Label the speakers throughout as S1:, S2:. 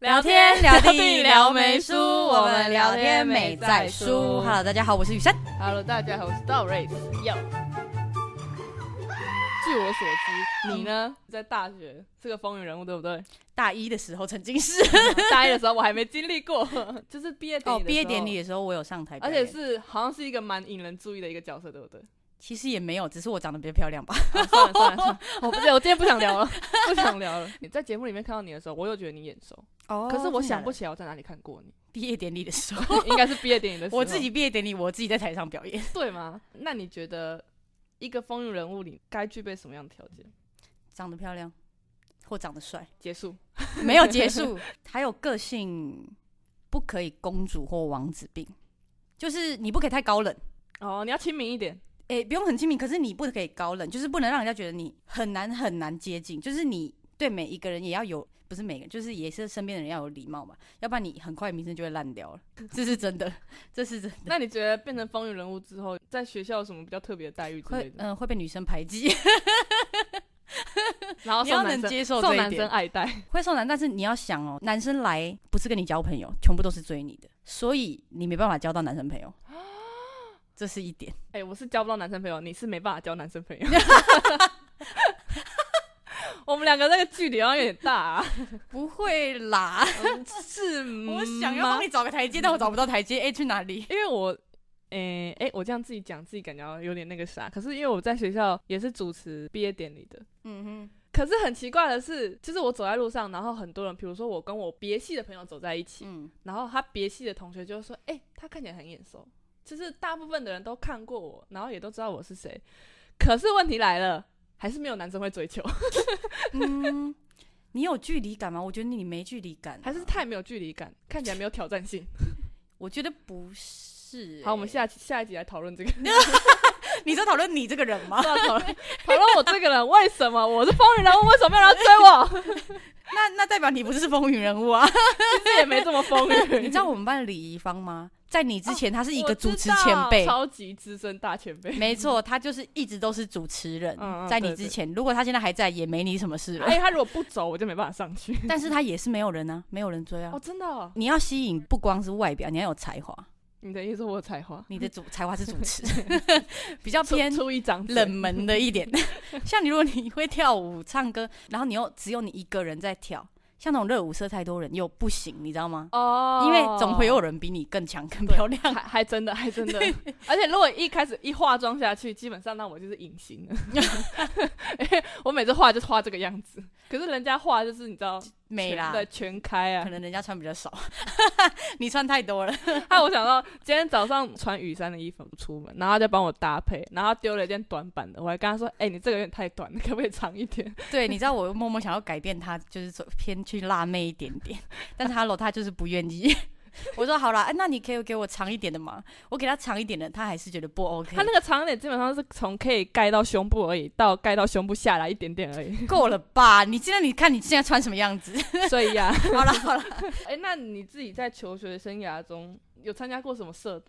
S1: 聊天聊地
S2: 地
S1: 聊
S2: 聊
S1: 没
S2: 没
S1: 输，
S2: 输
S1: 我
S2: 我
S1: 们
S2: 们
S1: 聊
S2: 聊
S1: 天
S2: 天
S1: 没
S2: 没
S1: 在
S2: 在
S1: 输。
S2: 输
S1: Hello，大家好，我是雨珊。
S2: Hello，大家好，我是道瑞。Yo，据我所知，你呢在大学是个风云人物，对不 对？
S1: 大一的时候曾经是
S2: 大一的时候我还没经历过， 就是毕业典
S1: 哦，
S2: 礼、
S1: 毕业典礼，的时候我有上台表
S2: 而
S1: 演，
S2: 且是好像是一个蛮引人注意的一个角色，对不 对？
S1: 其实也没有，只是我长得比较漂亮吧。
S2: 啊、算了算了算 了，我不是，我今天不想聊了， 不想聊了。你在节目里面看到你的时候，我又觉得你眼熟，
S1: 哦
S2: 可是我想不起来我在哪里看过你，
S1: 毕业典礼的 时候，
S2: 应该是毕业典礼的时候。
S1: 我自己毕业典礼我自己在台上表演，
S2: 对吗？那你觉得一个风云人物里该具备什么样的条件？
S1: 长得漂亮或长得 帅，
S2: 结束。
S1: 没有结束。还有个性不可以公主或王子病，就是你不可以太高冷。
S2: 哦，你要亲民一点。
S1: 诶、不用很亲民，可是你不可以高冷，就是不能让人家觉得你很难很难接近，就是你对每一个人也要有，不是每个人，就是也是身边的人要有礼貌嘛，要不然你很快名声就会烂 掉了，这是真的，这是真的，
S2: 那你觉得变成风云人物之后，在学校有什么比较特别的待遇之类
S1: 会
S2: 的？
S1: 嗯、会被女生排挤，
S2: 然后
S1: 呃你
S2: 受
S1: 要
S2: 男
S1: 能
S2: 生
S1: 接受
S2: 受
S1: 这一
S2: 男生
S1: 点，
S2: 爱戴，
S1: 会受难，但是你要想哦，男生来不是跟你交朋友，全部都是追你的，所以你没办法交到男生朋友，这是一点，
S2: 哎、我是交不到男生朋友，你是没办法交男生朋友。 我们两个那个距离好像有点大、 啊，
S1: 不会啦，
S2: 是吗？
S1: 我想要帮你找个台阶，但我找不到台阶，诶、去哪里？
S2: 因为我，诶、诶、我这样自己讲自己感觉好像有点那个啥，可是因为我在学校也是主持毕业典礼的，
S1: 嗯哼。
S2: 可是很奇怪的是，就是我走在路上，然后很多人，比如说我跟我别系的朋友走在一起，
S1: 嗯，
S2: 然后他别系的同学就会说：“哎、他看起来很眼熟。”就是大部分的人都看过我，然后也都知道我是谁。可是问题来了，还是没有男生会追求，
S1: 嗯，你有距离感吗？我觉得你没距离感啊、
S2: 还是太没有距离感，看起来没有挑战性。
S1: 我觉得不是欸、
S2: 好，我们下期下一集来讨论这个，
S1: 你在讨论你这个人 吗？
S2: 讨论讨论我这个人为什么我是风云人物，为什么没有人追我？
S1: 那那代表你不是风云人物啊！
S2: 其实也没这么风云。
S1: 你知道我们班的礼仪方吗？在你之前，他是一
S2: 我
S1: 个
S2: 知
S1: 主持
S2: 道
S1: 前辈，
S2: 超级资深大前辈。
S1: 没错，他就是一直都是主持人。
S2: 嗯嗯
S1: 在你
S2: 对
S1: 之
S2: 对
S1: 前，如果他现在还在，也没你什么事了。
S2: 哎，他如果不走，我就没办法上去。
S1: 但是他也是没有人啊，没有人追啊。
S2: 哦，真的哦、
S1: 你要吸引不光是外表，你要有才华。
S2: 你的意思是我有才华？
S1: 你的主才华是主 持，比较
S2: 出
S1: 偏
S2: 出一张嘴
S1: 冷门的一点。 像你，如果你会跳舞、唱歌，然后你又只有你一个人在跳，像那种热舞社太多人又不行，你知道吗？
S2: 哦，
S1: 因为总会有人比你更强、更
S2: 对
S1: 漂亮。
S2: 还还真的还真的， 而且如果一开始一化妆下去，基本上那我就是隐形 了， 因为我每次化就是化这个样子，可是人家化就是你知道
S1: 美啦
S2: 全，对，全开
S1: 可
S2: 啊。
S1: 能人家穿比较少，你穿太多了。
S2: 还啊有我想到今天早上穿雨衫的衣服出门，然后他就帮我搭配，然后丢了一件短版的，我还跟他说：“哎、你这个有点太短了，可不可以长一点
S1: 对，你知道我默默想要改变她，就是走偏去辣妹一点点，但是 Hello 她就是不愿意。 我说好啦，哎那你可以给我长一点的吗？我给她长一点的，她还是觉得不？” OK。
S2: 他那个长一点基本上是从可以盖到胸部而已，到盖到胸部下来一点点 而已。
S1: 够了吧？你现在你看你现在穿什么样 子？
S2: 所以呀、
S1: 好了好了，
S2: 哎、那你自己在求学生涯中有参加过什么社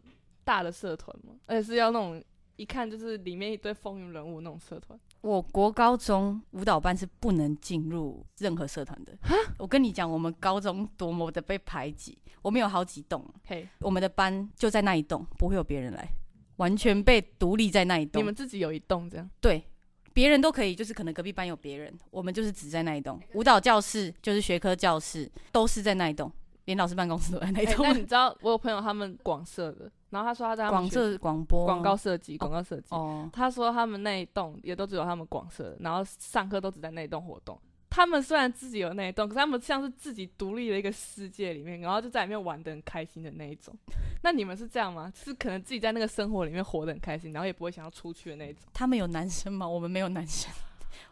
S2: 大的社团吗？而且是要那种一看就是里面一堆风云人物那种社团？
S1: 我国高中舞蹈班是不能进入任何社团的。我跟你讲，我们高中多么的被排挤，我们有好几栋，
S2: 嘿、
S1: 我们的班就在那一栋，不会有别人来，完全被独立在那一
S2: 你
S1: 栋
S2: 们。自己有一栋这样？
S1: 对，别人都可以，就是可能隔壁班有别人，我们就是只在那一栋。舞蹈教室就是学科教室，都是在那一栋，连老师办公室都在那一
S2: 哎、
S1: 栋
S2: 那。你知道我有朋友他们广设的，然后他说他在他们
S1: 广
S2: 学
S1: 设广播
S2: 广告设计，广告设计。
S1: 哦，
S2: 他说他们那一栋也都只有他们广设的，然后上课都只在那一栋活动。他们虽然自己有那一栋，可是他们像是自己独立的一个世界里面，然后就在里面玩的很开心的那一种。 那你们是这样吗？是可能自己在那个生活里面活得很开心，然后也不会想要出去的那一种。
S1: 他们有男生吗？我们没有男 生。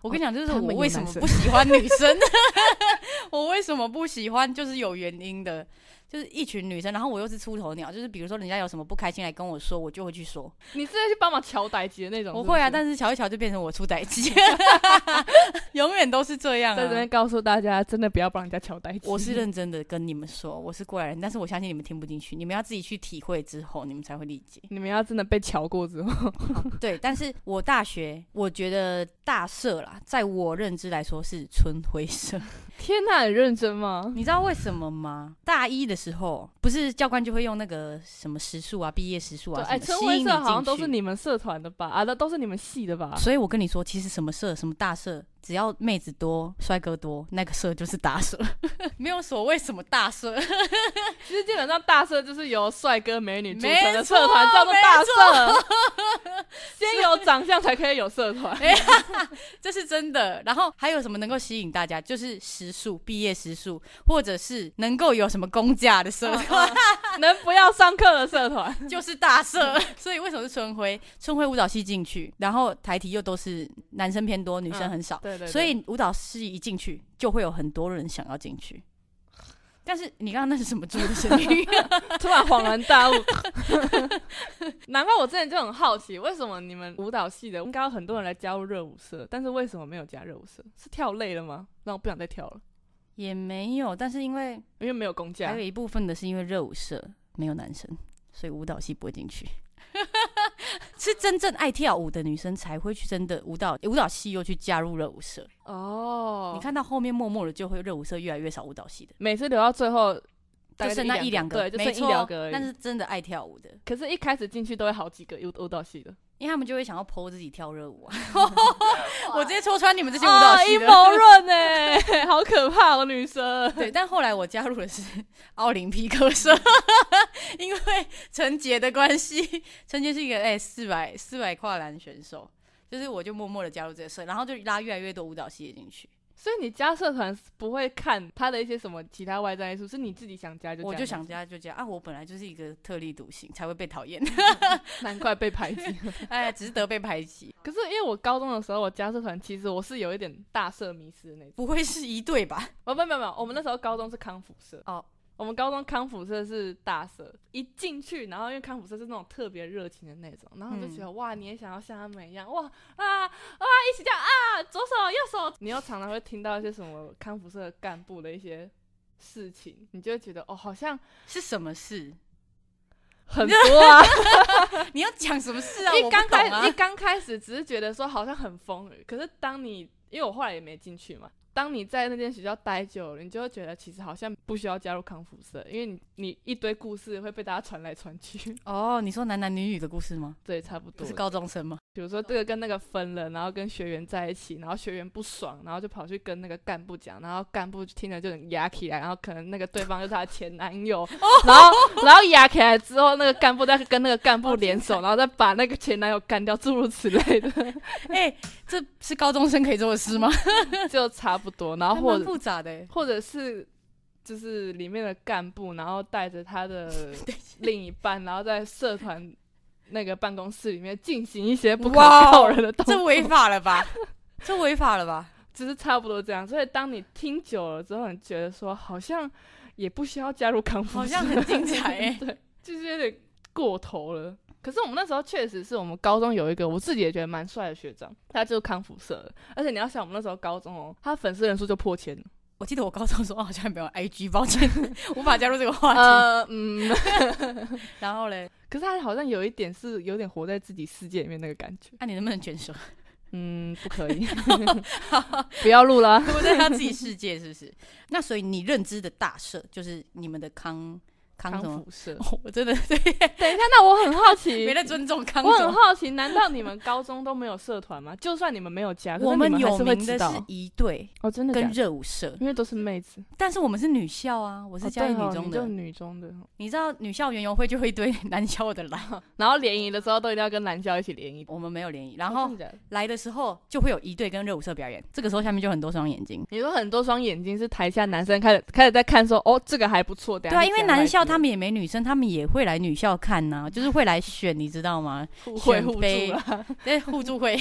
S1: 我跟你讲，就是
S2: 哦他们
S1: 我
S2: 有
S1: 为什么
S2: 男生
S1: 不喜欢女 生， 我为什么不喜欢，就是有原因的，就是一群女生，然后我又是出头鸟，就是比如说人家有什么不开心来跟我说，我就会去说，
S2: 你是会去帮忙乔逮级的那种
S1: 我会啊，
S2: 是
S1: 但是瞧一瞧就变成我出歹 机， 永远都是这样、
S2: 不是在这边
S1: 啊。
S2: 告诉大家，真的不要帮人家乔逮级。
S1: 呃我是认真的跟你们说，我是过来人，但是我相信你们听不进去，你们要自己去体会之后，你们才会理 解。
S2: 你们要真的被乔过之 后，
S1: 对，但是我大学，我觉得大社啦，在我认知来说是纯灰色，
S2: 天哪，很认真吗？
S1: 你知道为什么吗？大一的时候，不是教官就会用那个什么时数啊、毕业时数
S2: 对，
S1: 啊，
S2: 哎，
S1: 什
S2: 春
S1: 么吸
S2: 晖
S1: 引
S2: 社好像
S1: 进
S2: 都是
S1: 去。
S2: 你们社团的吧？啊，那都是你们系的吧？
S1: 所以我跟你说，其实什么社、什么大社，只要妹子多、帅哥多，那个社就是大社， 没有所谓什么大社。
S2: 其实基本上大社就是由帅哥美女组
S1: 没
S2: 成的
S1: 错
S2: 社团，叫做
S1: 没
S2: 大社。 先有长相才可以有社 团。
S1: 这是真的。然后还有什么能够吸引大家？就是时数、毕业时数，或者是能够有什么公假的社
S2: 嗯
S1: 团，
S2: 能不要上课的社团，
S1: 就是大社。 所以为什么是春晖？春晖舞蹈系进去，然后台体又都是男生偏多，女生很少，
S2: 对对
S1: 所以舞蹈系一进去就会有很多人想要 进去。但是你刚刚那是什么猪的声音？
S2: 突然恍然大悟， 难怪我之前就很好奇，为什么你们舞蹈系的应该有很多人来加入热舞社，但是为什么没有加热舞社？是跳累了吗？让我不想再跳了，
S1: 也没有，但是因为
S2: 因为没有公
S1: 还
S2: 价
S1: 有。一部分的是因为热舞社没有男生，所以舞蹈系不会进去。 是真正爱跳舞的女生才会去真的舞蹈舞蹈系，又去加入热舞社。
S2: 哦，
S1: 你，看到后面默默的就会热舞社越来越少舞蹈系的，
S2: 每次留到最后，大
S1: 就
S2: 概
S1: 剩那一
S2: 两
S1: 两
S2: 个，
S1: 个，
S2: 对，就
S1: 没
S2: 剩
S1: 错
S2: 一两个而已。
S1: 但是真的爱跳舞的，
S2: 可是，一开始进去都会好几个舞舞蹈系的，
S1: 因为他们就会想要 PO 自己跳 热舞啊。 我直接戳穿你们这些舞蹈
S2: 啊，
S1: 系
S2: 阴
S1: 的。
S2: 谋论哎， 好可怕哦，女 生。
S1: 对，但后来我加入的是 奥林匹克社，因为陈杰的关系，陈杰是一个哎四百四百跨栏选手，就是我就默默的加入这个社，然后就拉越来越多舞蹈系的进去，
S2: 所以你加社团不会看他的一些什么其他外在因素，是你自己想加就加
S1: 我就想，加就加啊，我本来就是一个特立独行才会被 讨厌，
S2: 难怪被排挤。
S1: 哎，值得被排挤，
S2: 可是因为我高中的时候，我加社团其实我是有一点大社迷失的那种。
S1: 不会是一对吧？
S2: 哦，不不不，我们那时候高中是康复社
S1: 哦，
S2: 我们高中康复社是大社，一进去，然后因为康复社是那种特别热情的那种，然后我就觉得、哇，你也想要像他们一样，哇啊啊，一起这样啊，左手右手，你又常常会听到一些什么康复社干部的一些事情，你就会觉得哦，好像
S1: 是什么事？
S2: 很多啊。
S1: 你要讲什么事啊？
S2: 一
S1: 我
S2: 刚
S1: 不
S2: 开
S1: 懂
S2: 始、
S1: 啊
S2: 一，刚开始只是觉得说好像很风雨，可是当你因为我后来也没进去嘛，当你在那间学校待久了，你就会觉得其实好像不需要加入康复社，因为你你一堆故事会被大家传来传 去，
S1: 哦，你说男男女女的故事吗？
S2: 对，差不
S1: 不
S2: 多
S1: 是。高中生吗？
S2: 比如说这个跟那个分了，然后跟学员在一起，然后学员不爽，然后就跑去跟那个干部讲，然后干部听了就很压起来，然后可能那个对方就是她的前男 友，
S1: 哦
S2: 然后然后压起来之后，那个干部再跟那个干部联 手，然后再把那个前男友干掉，诸如此类的。
S1: 哎、这是高中生可以做的事吗？
S2: 就差不多，然
S1: 还
S2: 后或
S1: 蛮
S2: 者
S1: 复杂的、欸。
S2: 或者是就是里面的干部，然后带着他 的另一半，然后在社团那个办公室里面进行一些不可
S1: 哇哦
S2: 告人的动
S1: 这
S2: 作，
S1: 违法了吧？ 这违法了吧？
S2: 就是差不多这样。所以当你听久了之后，你觉得说好像也不需要加入康复
S1: 好
S2: 社，
S1: 像很精彩哎、
S2: 对，就是有点过头了。可是我们那时候确实是我们高中有一个我自己也觉得蛮帅的学长，他就是康复社的，而且你要想我们那时候高中哦，他粉丝人数就破千了。
S1: 我记得我高中的时候哦好像没有 IG，抱歉， 无法加入这个话题。
S2: 呃嗯，
S1: 然后嘞，
S2: 可是他好像有一点是有点活在自己世界里面那个感觉。
S1: 那、你能不能卷舌？
S2: 嗯，不可 以，不要录了。
S1: 我在他自己世界是不是？那所以你认知的大社就是你们的康康什么？
S2: 辐射。
S1: 哦我真的对，
S2: 等一下，那我很好
S1: 没
S2: 奇，
S1: 在尊重康
S2: 我
S1: 什
S2: 很
S1: 么。
S2: 好奇，难道你们高中都没有社团吗？就算你们没有加，可是
S1: 我
S2: 你
S1: 们
S2: 还
S1: 有
S2: 是会
S1: 名
S2: 知
S1: 的
S2: 道
S1: 是一队
S2: 哦，真的假
S1: 跟
S2: 的？
S1: 热舞社，
S2: 因为都是妹子，哦
S1: 但是我们是女校啊，我
S2: 我
S1: 是嘉义女中的。
S2: 就女中的。
S1: 你知道女校园游会就会一堆 男校的来，
S2: 然后联谊的时候都一定要跟男校一起联谊。
S1: 我们没有联谊。然后
S2: 哦真的假的
S1: 来的时候就会有一队跟热舞社表演，这个时候下面就很多双眼睛。
S2: 你说很多双眼睛是台下男生开始开始在看说，哦，这个还不错。等
S1: 对
S2: 下
S1: 啊，
S2: 你
S1: 因为
S2: 这样来
S1: 男校
S2: 之类
S1: 他们也没女生，他们也会来女校看呐、 就是会来选，你知道吗？
S2: 的互惠
S1: 选
S2: 互助啊
S1: 妃
S2: 啦。
S1: 对，互助会，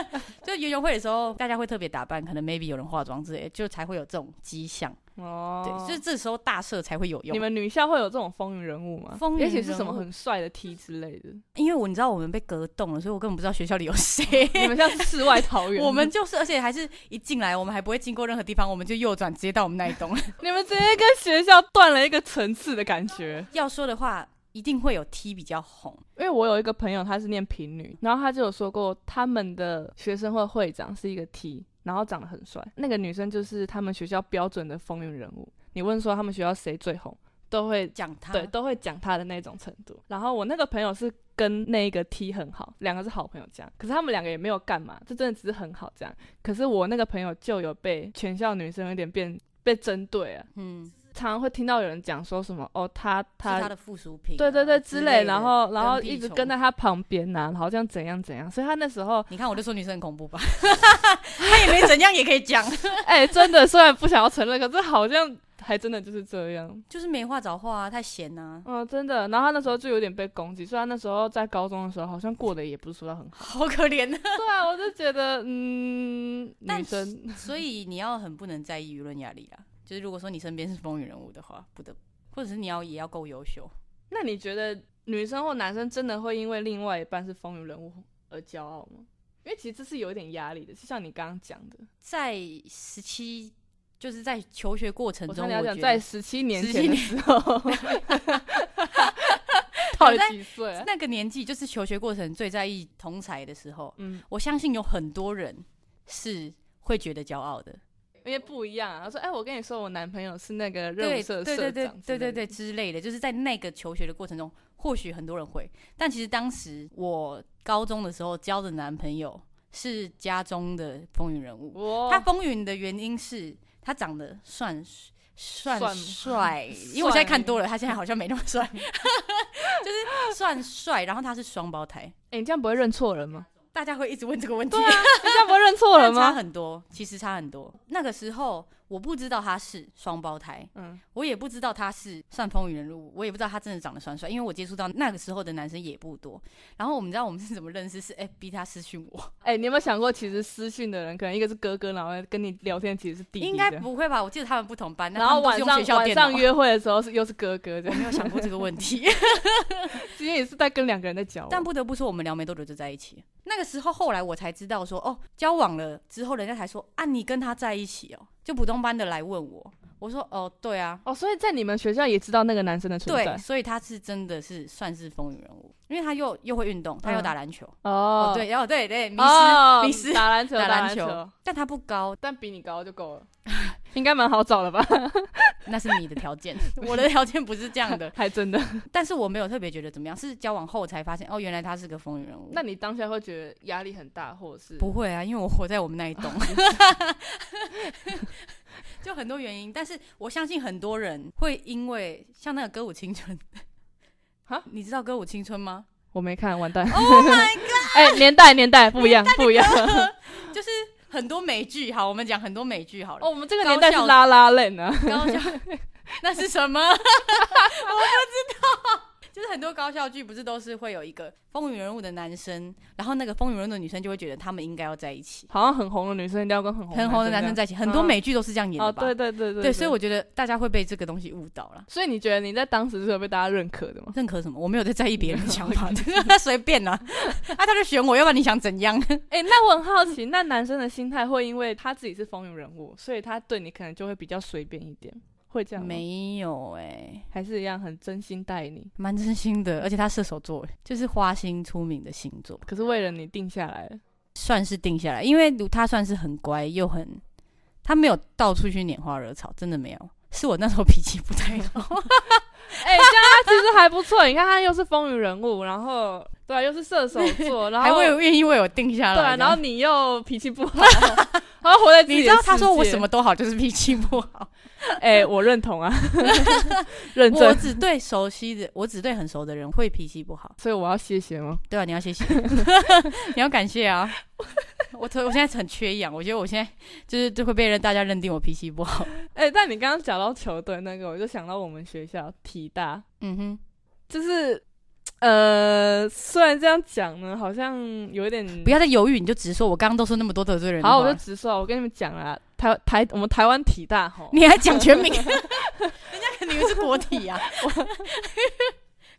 S1: 就游泳会的时候，大家会特别打扮，可能 maybe 有人化妆之类，就才会有这种迹象。
S2: 哦，
S1: 对，就是这时候大社才会有用。
S2: 你们女校会有这种风云人物吗？
S1: 风云
S2: 也
S1: 人物
S2: 许是什么很帅的 T 之类 的。
S1: 因为我你知道我们被隔栋了，所以我根本不知道学校里有谁。
S2: 你们像是世外桃源，
S1: 我们就是，而且还是一进来，我们还不会经过任何地方，我们就右转直接到我们那一栋。
S2: 你们直接跟学校断了一个层次的感觉。
S1: 要说的话，一定会有 T 比较红，
S2: 因为我有一个朋友，他是念平女，然后他就有说过，他们的学生会会长是一个 T，然后长得很帅。那个女生就是他们学校标准的风云人物。你问说他们学校谁最红，都会
S1: 讲他
S2: 对都会讲她的那种程度。然后我那个朋友是跟那个 T 很好，两个是好朋友这样。可是他们两个也没有干嘛，就真的只是很好这样。可是我那个朋友就有被全校女生有点变被针对啊，
S1: 嗯，
S2: 常常会听到有人讲说什么哦，他
S1: 是
S2: 他
S1: 他的附属品啊、
S2: 对对对之类，
S1: 的
S2: 然后然后
S1: 跟屁
S2: 一直
S1: 虫
S2: 跟在他旁边呐、然后这样怎样怎样，所以他那时候
S1: 你看，我就说女生很恐怖吧， 她也没怎样，也可以讲，
S2: 哎、真的虽然不想要承认，可是好像还真的就是这样，
S1: 就是没话找话啊，太闲啊，
S2: 嗯，真的。然后他那时候就有点被攻击，虽然那时候在高中的时候好像过得也不是说到很好，
S1: 好可怜啊。
S2: 对啊，我就觉得嗯，
S1: 但
S2: 女生
S1: 所以你要很不能在意舆论压力啦，就是如果说你身边是风云人物的话，不得，或者是你要也要够优秀。
S2: 那你觉得女生或男生真的会因为另外一半是风云人物而骄傲吗？因为其实这是有一点压力的，就像你刚刚讲的，
S1: 在十七，就是在求学过程
S2: 我
S1: 中，
S2: 差点
S1: 我
S2: 要讲
S1: 觉得
S2: 在十七年
S1: 17
S2: 前的时 候，到底几岁啊？
S1: 那个年纪，就是求学过程最在意同才的时候，
S2: 嗯，
S1: 我相信有很多人是会觉得骄傲的，
S2: 因为不一样啊。他说：“哎、我跟你说，我男朋友是那个热
S1: 对
S2: 舞社
S1: 对
S2: 社
S1: 对
S2: 长。”
S1: 对对对对，之类的，就是在那个求学的过程中，或许很多人会，但其实当时我高中的时候交的男朋友是家中的风云人物，
S2: 哇，
S1: 他风云的原因是他长得算算
S2: 算
S1: 帅，因为我现在看多了，他现在好像没那么帅， 就是算帅。然后他是双胞胎，
S2: 哎、你这样不会认错人 吗？
S1: 大家会一直问这个问题，
S2: 你这样不会认错人
S1: 但 差
S2: 啊吗？
S1: 很多，其实差很多。那个时候我不知道他是双胞胎，
S2: 嗯，
S1: 我也不知道他是算风云人物，我也不知道他真的长得算帅，因为我接触到那个时候的男生也不多。然后我们知道我们是怎么认识，是 FB 他私讯我，
S2: 哎、你有没有想过，其实私讯的人可能一个是哥哥，然后跟你聊天其实是弟弟，
S1: 应该。不会吧？我记得他们不同班，那
S2: 然后
S1: 他们
S2: 晚
S1: 都是
S2: 上
S1: 用学校
S2: 晚
S1: 电脑
S2: 上。约会的时候是又是哥哥的
S1: 我，没有想过这个 问题。
S2: 其实也是在跟两个人在交往。
S1: 但不得不说，我们聊没多久就在一起。那个时候，后来我才知道说，哦，交往了之后，人家才说啊，你跟他在一起哦。就普通班的来问我，我说哦，对啊，
S2: 哦，所以在你们学校也知道那个男生的存
S1: 对，
S2: 在。
S1: 所以他是真的是算是风云人物，因为他又又会运动，他又打篮球，
S2: 哦
S1: 哦，，对，然后对对，迷失、
S2: 哦，
S1: 迷失，
S2: 打篮球， 打
S1: 打篮
S2: 篮
S1: 球
S2: 球，
S1: 但他不高，
S2: 但比你高就够 了，应该蛮好找的吧？
S1: 那是你的条 件，我的条件不是这样的。
S2: 还真的。
S1: 但是我没有特别觉得怎么样，是交往后才发现，哦，原来他是个风云人物。
S2: 那你当下会觉得压力很大，或者是
S1: 不会啊，因为我活在我们那一栋， 就很多原因。但是我相信很多人会因为像那个歌舞青春，
S2: 哈，
S1: 你知道歌舞青春吗？
S2: 我没看，完蛋！
S1: Oh my god！
S2: 哎、年代年代不一样，不一样。
S1: 就是很多美剧，好，我们讲很多美剧好了。
S2: 哦，我们这个
S1: 高
S2: 年代是
S1: 校
S2: 拉拉链啊。
S1: 高 校那是什么？我 不知道。 就是很多高校剧不是都是会有一个风云人物的男生，然后那个风云人物的女生就会觉得他们应该要在一起，
S2: 好像很红的女生一定要跟很红
S1: 很红的男生
S2: 在
S1: 在一起，很多美剧都是这样演
S2: 哦，
S1: 的吧？
S2: 对对对对
S1: 对，所以我觉得大家会被这个东西误导了。
S2: 所以你觉得你在当时是有被大家认可的吗？
S1: 认可什么？我没有在在意 别人的想法， 他随便啦、啊，他就选我，要不然你想怎样？
S2: 哎、那我很好奇，那男生的心态会因为他自己是风云人物，所以他对你可能就会比较随便一点，会这样吗？
S1: 没有哎、
S2: 还是一样很真心待你，
S1: 蛮真心的，而且他射手座欸，就是花心出名的星座，
S2: 可是为了你定下来 了。
S1: 算是定下来，因为他算是很乖又很，他没有到处去拈花惹草，真的没有。是我那时候脾气不太好，
S2: 哎、这样他其实还不错。你看他又是风云人物，然后对、啊，又是射手 座， 然后
S1: 还会愿意为我定下来
S2: 对、
S1: 这
S2: 啊，
S1: 样。
S2: 然后你又脾气不好， 然后活在自己
S1: 你
S2: 的
S1: 知道他
S2: 世
S1: 说我
S2: 界
S1: 什？么都好，就是脾气不好。
S2: 哎、我认同啊， 认
S1: 我
S2: 真。
S1: 只对熟悉的，我只对很熟的人会脾气不好。
S2: 所以我要谢谢吗？
S1: 对啊，你要谢谢， 你要感谢啊！我头我现在很缺氧，我觉得我现在就是就会被人大家认定我脾气不好。
S2: 哎、但你刚刚讲到球队那个，我就想到我们学校体大，
S1: 嗯哼，
S2: 就是呃，虽然这样讲呢，好像有一点
S1: 不要再犹豫，你就直说。我刚刚都说那么多得罪人的话
S2: 好，
S1: 了，
S2: 我就直说啊，我跟你们讲啦，台台我们台湾体大吼，
S1: 你还讲全 名，人家可能以为是国体啊！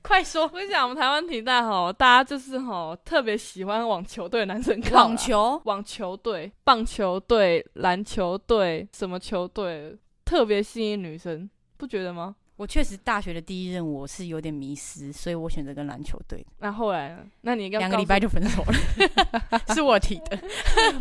S1: 快说
S2: 哎我，跟你讲，我们台湾体大吼，大家就是吼特别喜欢往球队的男生靠啦
S1: 网、球
S2: 网球队、棒球队、篮球队，什么球队特别吸引女生，不觉得吗？
S1: 我确实大学的第一任我是有点迷失，所以我选择跟篮球队。
S2: 那后来呢？那你应该
S1: 两个礼拜就分手了， 是我提的。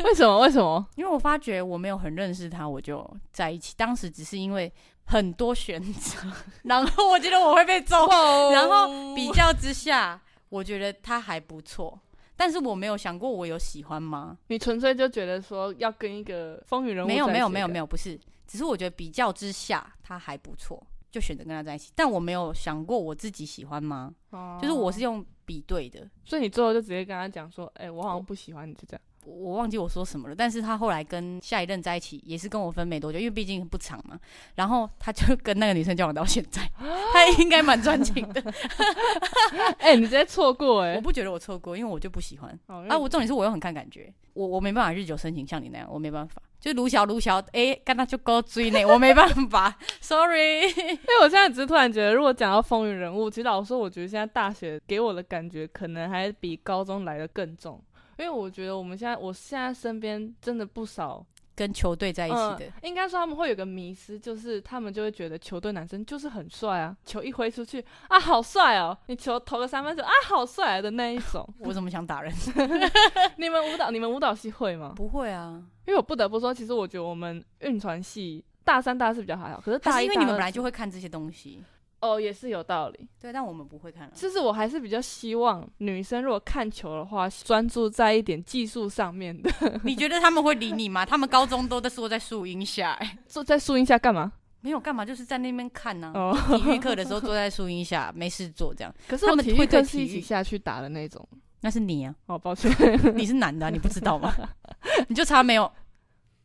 S2: 为什么？为什么？
S1: 因为我发觉我没有很认识他，我就在一起。当时只是因为很多选择，然后我觉得我会被揍，
S2: 哦
S1: 然后比较之下，我觉得他还不错。但是我没有想过我有喜欢吗？
S2: 你纯粹就觉得说要跟一个风云人物
S1: 没有，没有，没有，没
S2: 有。
S1: 有，不是，只是我觉得比较之下他还不错，就选择跟他在一起。但我没有想过我自己喜欢吗？
S2: 哦
S1: 就是我是，用比对的，
S2: 所以你最后就直接跟他讲说，哎、我好像不喜欢你，就这样。
S1: 我我忘记我说什么了，但是他后来跟下一任在一起，也是跟我分没多久，因为毕竟不长嘛。然后他就跟那个女生交往到现 在，他应该蛮专情 的。
S2: 哎、你直接错过哎、
S1: 啊我不觉得我错过，因为我就不喜欢
S2: 哦因为
S1: 啊。我重点是我又很看感觉，我我没办法日久生情，像你那样，我没办法。就卢小卢小，哎、干他就够追呢，我没办法 ，sorry。
S2: 因为我现在只是突然觉得，如果讲到风云人物，其实老实说，我觉得现在大学给我的感觉可能还比高中来的更重。因为我觉得我们现在，我现在身边真的不少
S1: 跟球队在一起的，
S2: 嗯、应该说他们会有个迷失，就是他们就会觉得球队男生就是很帅啊，球一挥出去啊，好帅哦！你球投个三分球啊，好帅、啊、的那一种。
S1: 我怎么想打人？
S2: 你们舞蹈，你们舞蹈系会吗？
S1: 不会啊，
S2: 因为我不得不说，其实我觉得我们运传系大三、大四比较还好，可是
S1: 还
S2: 大
S1: 是
S2: 一、
S1: 因为
S2: 大
S1: 你
S2: 二
S1: 们本来就会看这些东西，
S2: 哦，也是有道理。
S1: 对，但我们不会看、啊。
S2: 就是我还是比较希望女生如果看球的话，专注在一点技术上面的。
S1: 你觉得他们会理你吗？他们高中都在缩在树荫下、哎
S2: 坐在树荫下干嘛？
S1: 没有干嘛，就是在那边看呢、
S2: 哦，
S1: 体育课的时候坐在树荫下，没事做这样。
S2: 可是
S1: 他
S2: 我
S1: 们
S2: 体
S1: 会
S2: 育
S1: 对
S2: 课是
S1: 体
S2: 一起
S1: 育
S2: 下去打的那种。
S1: 那是你啊，
S2: 哦，抱歉。
S1: 你是男的啊、你不知道吗？你就差没有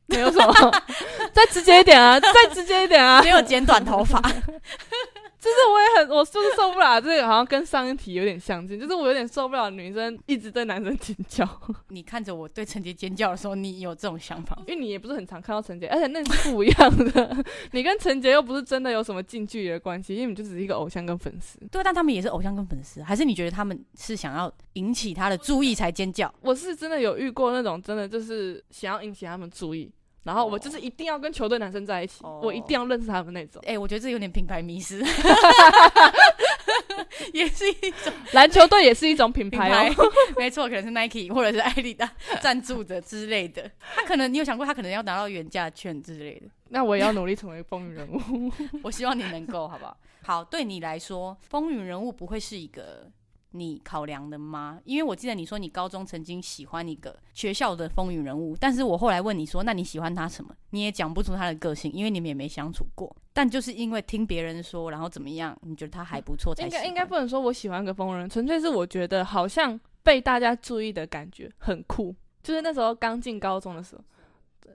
S2: 没有什么， 再直接一点啊， 再直接一点 啊！
S1: 没有剪短 头发，
S2: 就是我也很，我就是受不了，啊这个好像跟上一题有点相近，就是我有点受不了女生一直对男生尖叫，
S1: 你看着我对陈杰尖叫的时候，你有这种想法吗？
S2: 因为你也不是很常看到陈杰，而且那是不一样的， 你跟陈杰又不是真的有什么近距离的关系，因为你就只是一个偶像跟粉丝。
S1: 对，但他们也是偶像跟粉丝，还是你觉得他们是想要引起他的注意才尖叫？
S2: 我是真的有遇过那种真的就是想要引起他们注意，然后我就是一定要跟球队男生在一起，
S1: 哦
S2: 我一定要认识他们那种。
S1: 哎、我觉得这有点品牌迷失， 也是一种
S2: 篮球队也是一种品
S1: 品
S2: 牌
S1: 牌
S2: 哦，，
S1: 没错，可能是 Nike 或者是艾迪达赞助的之类的。他可能你有想过，他可能要拿到原价券之类的。
S2: 那我也要努力成为风云人物。
S1: 我希望你能够，好不好？ 好，对你来说，风云人物不会是一个你考量的吗？因为我记得你说你高中曾经喜欢一个学校的风云人物，但是我后来问你说，那你喜欢他什么？你也讲不出他的个性，因为你们也没相处过。但就是因为听别人说，然后怎么样，你觉得他还不错才
S2: 应
S1: 喜
S2: 该
S1: 欢
S2: 应该不能说我喜欢个疯人，纯粹是我觉得好像被大家注意的感觉很酷。就是那时候刚进高中的时候，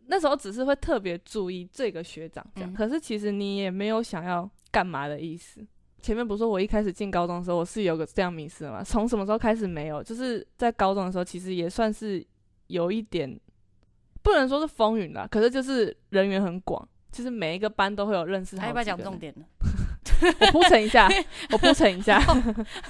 S2: 那时候只是会特别注意这个学长这样，
S1: 嗯
S2: 可是其实你也没有想要干嘛的意思。前面不是说我一开始进高中的时候，我是有个这样迷失的嘛？从什么时候开始没有？就是在高中的时候，其实也算是有一点，不能说是风云啦，可是就是人缘很广，就是每一个班都会有认识好
S1: 还
S2: 几
S1: 哎要
S2: 个人。
S1: 不要讲重点呢？
S2: 我铺陈一 下，我铺陈一下。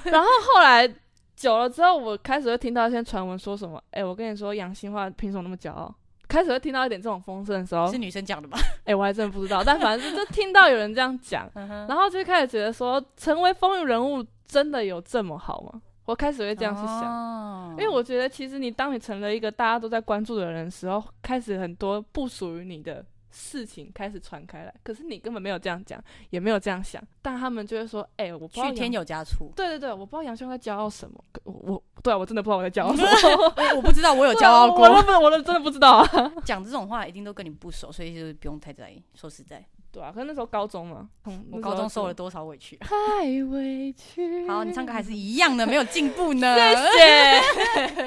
S2: 然后后来久了之后，我开始会听到一些传闻，说什么？哎、我跟你说，杨新化凭什么那么骄傲？开始会听到一点这种风声的时候，
S1: 是女生讲的吧？
S2: 哎、我还真的不知道，但反正就听到有人这样讲，然后就开始觉得说，成为风云人物真的有这么好吗？我开始会这样去想。
S1: 想
S2: 因为我觉得，其实你当你成了一个大家都在关注的人的时候，开始很多不属于你的事情开始传开来，可是你根本没有这样讲，也没有这样想，但他们就会说：“哎、我不知道
S1: 去天
S2: 杨，
S1: 有加醋
S2: 对对对，我不知道杨兄在骄傲什么，可我我对啊、我真的不知道我在骄傲什么，
S1: 哎我不知道 我有
S2: 有
S1: 骄傲 过。
S2: 我都我都真的不知道 啊。
S1: 讲这种话一定都跟你不熟，所以就是不用太在意。说实在，
S2: 对啊，可是那时候高中嘛，嗯
S1: 我高中受了
S2: 那时
S1: 多少委屈啊！
S2: 候太委屈。
S1: 好，你唱歌还是一样的，没有进步 呢。
S2: 谢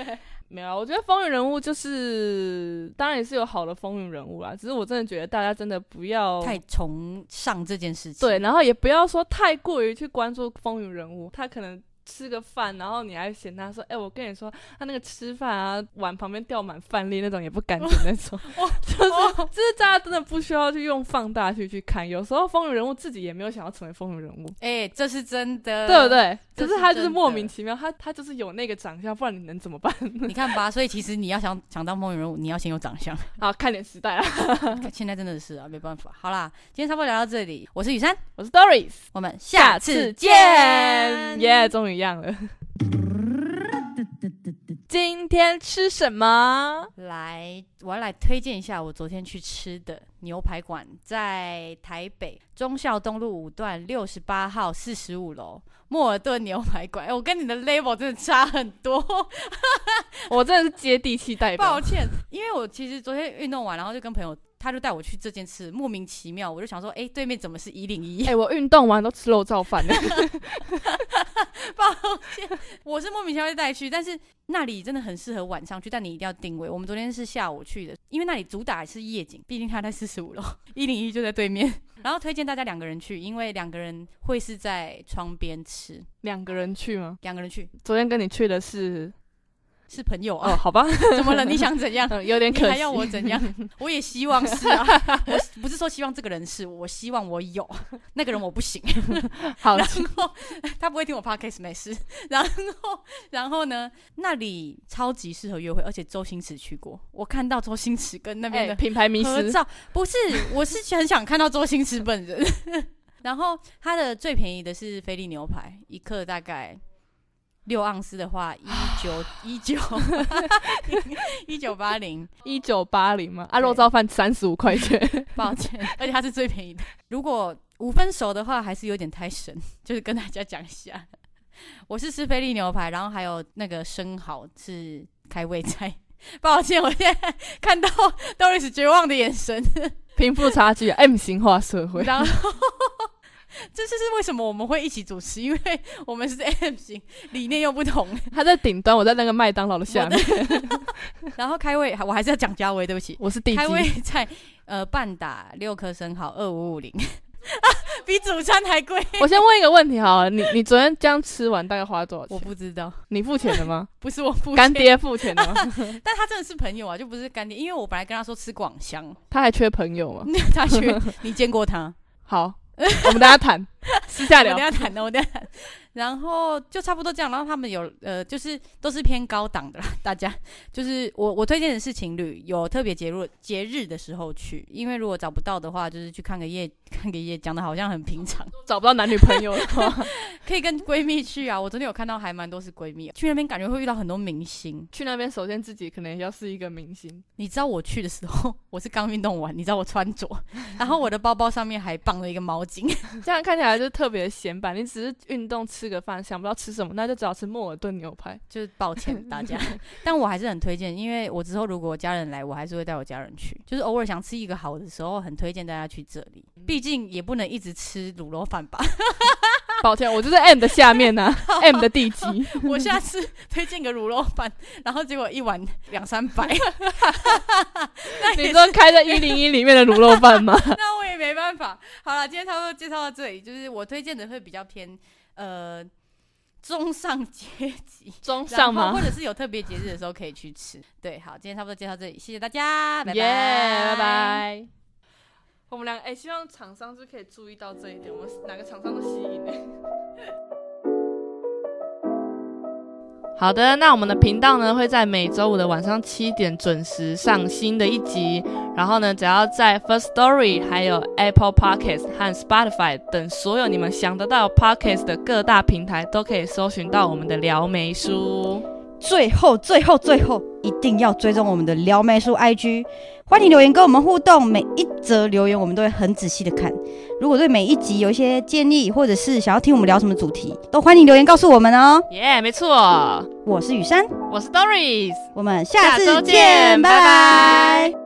S2: 谢。 没有啊，我觉得风云人物就是，当然也是有好的风云人物啦。只是我真的觉得大家真的不要
S1: 太崇尚这件事情，
S2: 对，，然后也不要说太过于去关注风云人物，他可能吃个饭，然后你还嫌他说，哎、我跟你说，他那个吃饭啊，碗旁边掉满饭粒那种也不干净那种，
S1: 哦
S2: 就是就是大家真的不需要去用放大去去看，有时候风云人物自己也没有想要成为风云人物，
S1: 哎、这是真的，
S2: 对不？对？
S1: 这
S2: 可
S1: 是
S2: 是他就是
S1: 真
S2: 莫
S1: 的
S2: 名其妙，他他就是有那个长相，不然你能怎么办？
S1: 你看吧，所以其实你要想想当风云人物，你要先有长 相。
S2: 啊，看脸时代啊！
S1: 现在真的是啊，没办法。好啦，今天差不多聊到这里，我是雨珊，
S2: 我是 Doris，
S1: 我们
S2: 下
S1: 下
S2: 次
S1: 次
S2: 见
S1: 见，，
S2: 耶终于一样 了。今天吃什么？
S1: 来，我要来推荐一下我昨天去吃的牛排馆，在台北忠孝东路五段六十八号四十五楼莫尔顿牛排馆。哎我跟你的 label 真的差很多，
S2: 我真的是接地气代
S1: 抱
S2: 表。
S1: 歉，因为我其实昨天运动完，然后就跟朋友，他就带我去这间吃，莫名其妙，我就想说，哎、对面怎么是一零一
S2: 哎、？我运动完都吃肉燥饭了。
S1: 抱歉，我是莫名其妙被带去，但是那里真的很适合晚上去，但你一定要定位。我们昨天是下午去的，因为那里主打是夜景，毕竟它在四 十五楼，一零一就在对面。然后推荐大家两个人去，因为两个人会是在窗边吃，
S2: 两个人去吗？
S1: 两个人去
S2: 昨天跟你去的是
S1: 是朋友
S2: 哦，
S1: 啊，
S2: 好吧，
S1: 怎么了？你想怎样？
S2: 嗯有点
S1: 你
S2: 可惜。
S1: 还要我怎样？我也希望是啊，我不是说希望这个人是，我希望我有那个人我不行。
S2: 好
S1: 然后他不会听我 podcast 没事。然后，然后呢？那里超级适合约会，而且周星驰去过，我看到周星驰跟那边
S2: 哎，
S1: 的
S2: 品牌迷
S1: 合
S2: 失。
S1: 照，不是，我是很想看到周星驰本人。 然后它的最便宜的是菲力牛排，一克大概六盎司的话，一九一九一九八零，
S2: 一九八零嘛，啊，
S1: 对
S2: 肉燥饭三十五块钱。
S1: 抱歉，而且它是最便宜的。如果五分熟的话，还是有点太神， 就是跟大家讲一下。 我是吃菲力牛排，然后还有那个生蚝是开胃菜。 抱歉，我现在看到 Doris 绝望的眼神，
S2: 贫富差距啊，M 型化社会。
S1: 然后这就是为什么我们会一起主持，因为我们是 M 型，理念又不同。
S2: 他在顶端，我在那个麦当劳的下面。
S1: 然后开胃，我还是要讲嘉威，对不起，
S2: 我是地
S1: 开
S2: 基。
S1: 胃菜呃半打六颗生蚝二五五零， 比主餐还贵，
S2: 我先问一个问题好了，你你昨天这样吃完大概花多少
S1: 我
S2: 钱？
S1: 不知道。
S2: 你付钱的吗？
S1: 不是我付
S2: 干
S1: 钱，
S2: 爹 付钱的 吗？
S1: 但他真的是朋友啊，就不是干爹，因为我本来跟他说吃广香，
S2: 他还缺朋友吗？
S1: 他去你见过他，
S2: 好，我们大家谈，私下
S1: 我等
S2: 聊
S1: 一。下谈的，我等一下谈，然后就差不多这样，然后他们有呃，就是都是偏高档的啦，大家就是我我推荐的是情侣，有特别节日节日的时候去，因为如果找不到的话，就是去看个夜看个夜，讲的好像很平常，
S2: 找不到男女朋友的话，
S1: 可以跟闺蜜去啊，我昨天有看到还蛮多是闺蜜，啊去那边感觉会遇到很多明星，
S2: 去那边首先自己可能也要是一个明星，
S1: 你知道我去的时候，我是刚运动完，你知道我穿着，然后我的包包上面还绑了一个毛巾，
S2: 这样看起来就特别显摆。你只是运动吃个饭，想不到吃什么，那就只好吃莫尔顿牛排。
S1: 就是抱歉大 家， 但我还是很推荐，因为我之后如果家人来，我还是会带我家人去，就是偶尔想吃一个好的时候，很推荐大家去这里，
S2: 嗯
S1: 毕竟也不能一直吃卤 肉饭吧。
S2: 抱歉，我就是 M 的下面 呢、m 的地基。
S1: 我下次推荐个卤肉饭，然后结果一碗两三 百，那
S2: 你
S1: 也
S2: 说开在一零一里面的卤肉饭吗？
S1: 那我也没办法。好了，今天差不多介绍到这里，就是我推荐的会比较偏呃中上阶级。
S2: 中
S1: 然后
S2: 上吗
S1: 或？者是有特别节日的时候可以去吃。对，好，今天差不多介绍这里，谢谢大家，拜拜，
S2: 耶，拜。拜。我们两个哎、希望厂商就可以注意到这一点，我们哪个厂商都吸引哎、 好的，那我们的频道呢会在每周五的晚上七点准时上新的一集。然后呢，只要在 First Story、还有 Apple Podcast 和 Spotify 等所有你们想得到 Podcast 的各大平台，都可以搜寻到我们的撩梅书。
S3: 最后，最后，最后，一定要追踪我们的撩妹叔 IG，欢迎留言跟我们互动，每一则留言我们都会很仔细的看。如果对每一集有一些建议，或者是想要听我们聊什么主题，都欢迎留言告诉我们哦。
S2: 耶、没错，
S3: 我是雨珊，
S2: 我是 Doris。
S3: 我们下次
S2: 下周
S3: 见，
S2: 见拜
S3: 拜
S2: 拜
S3: 拜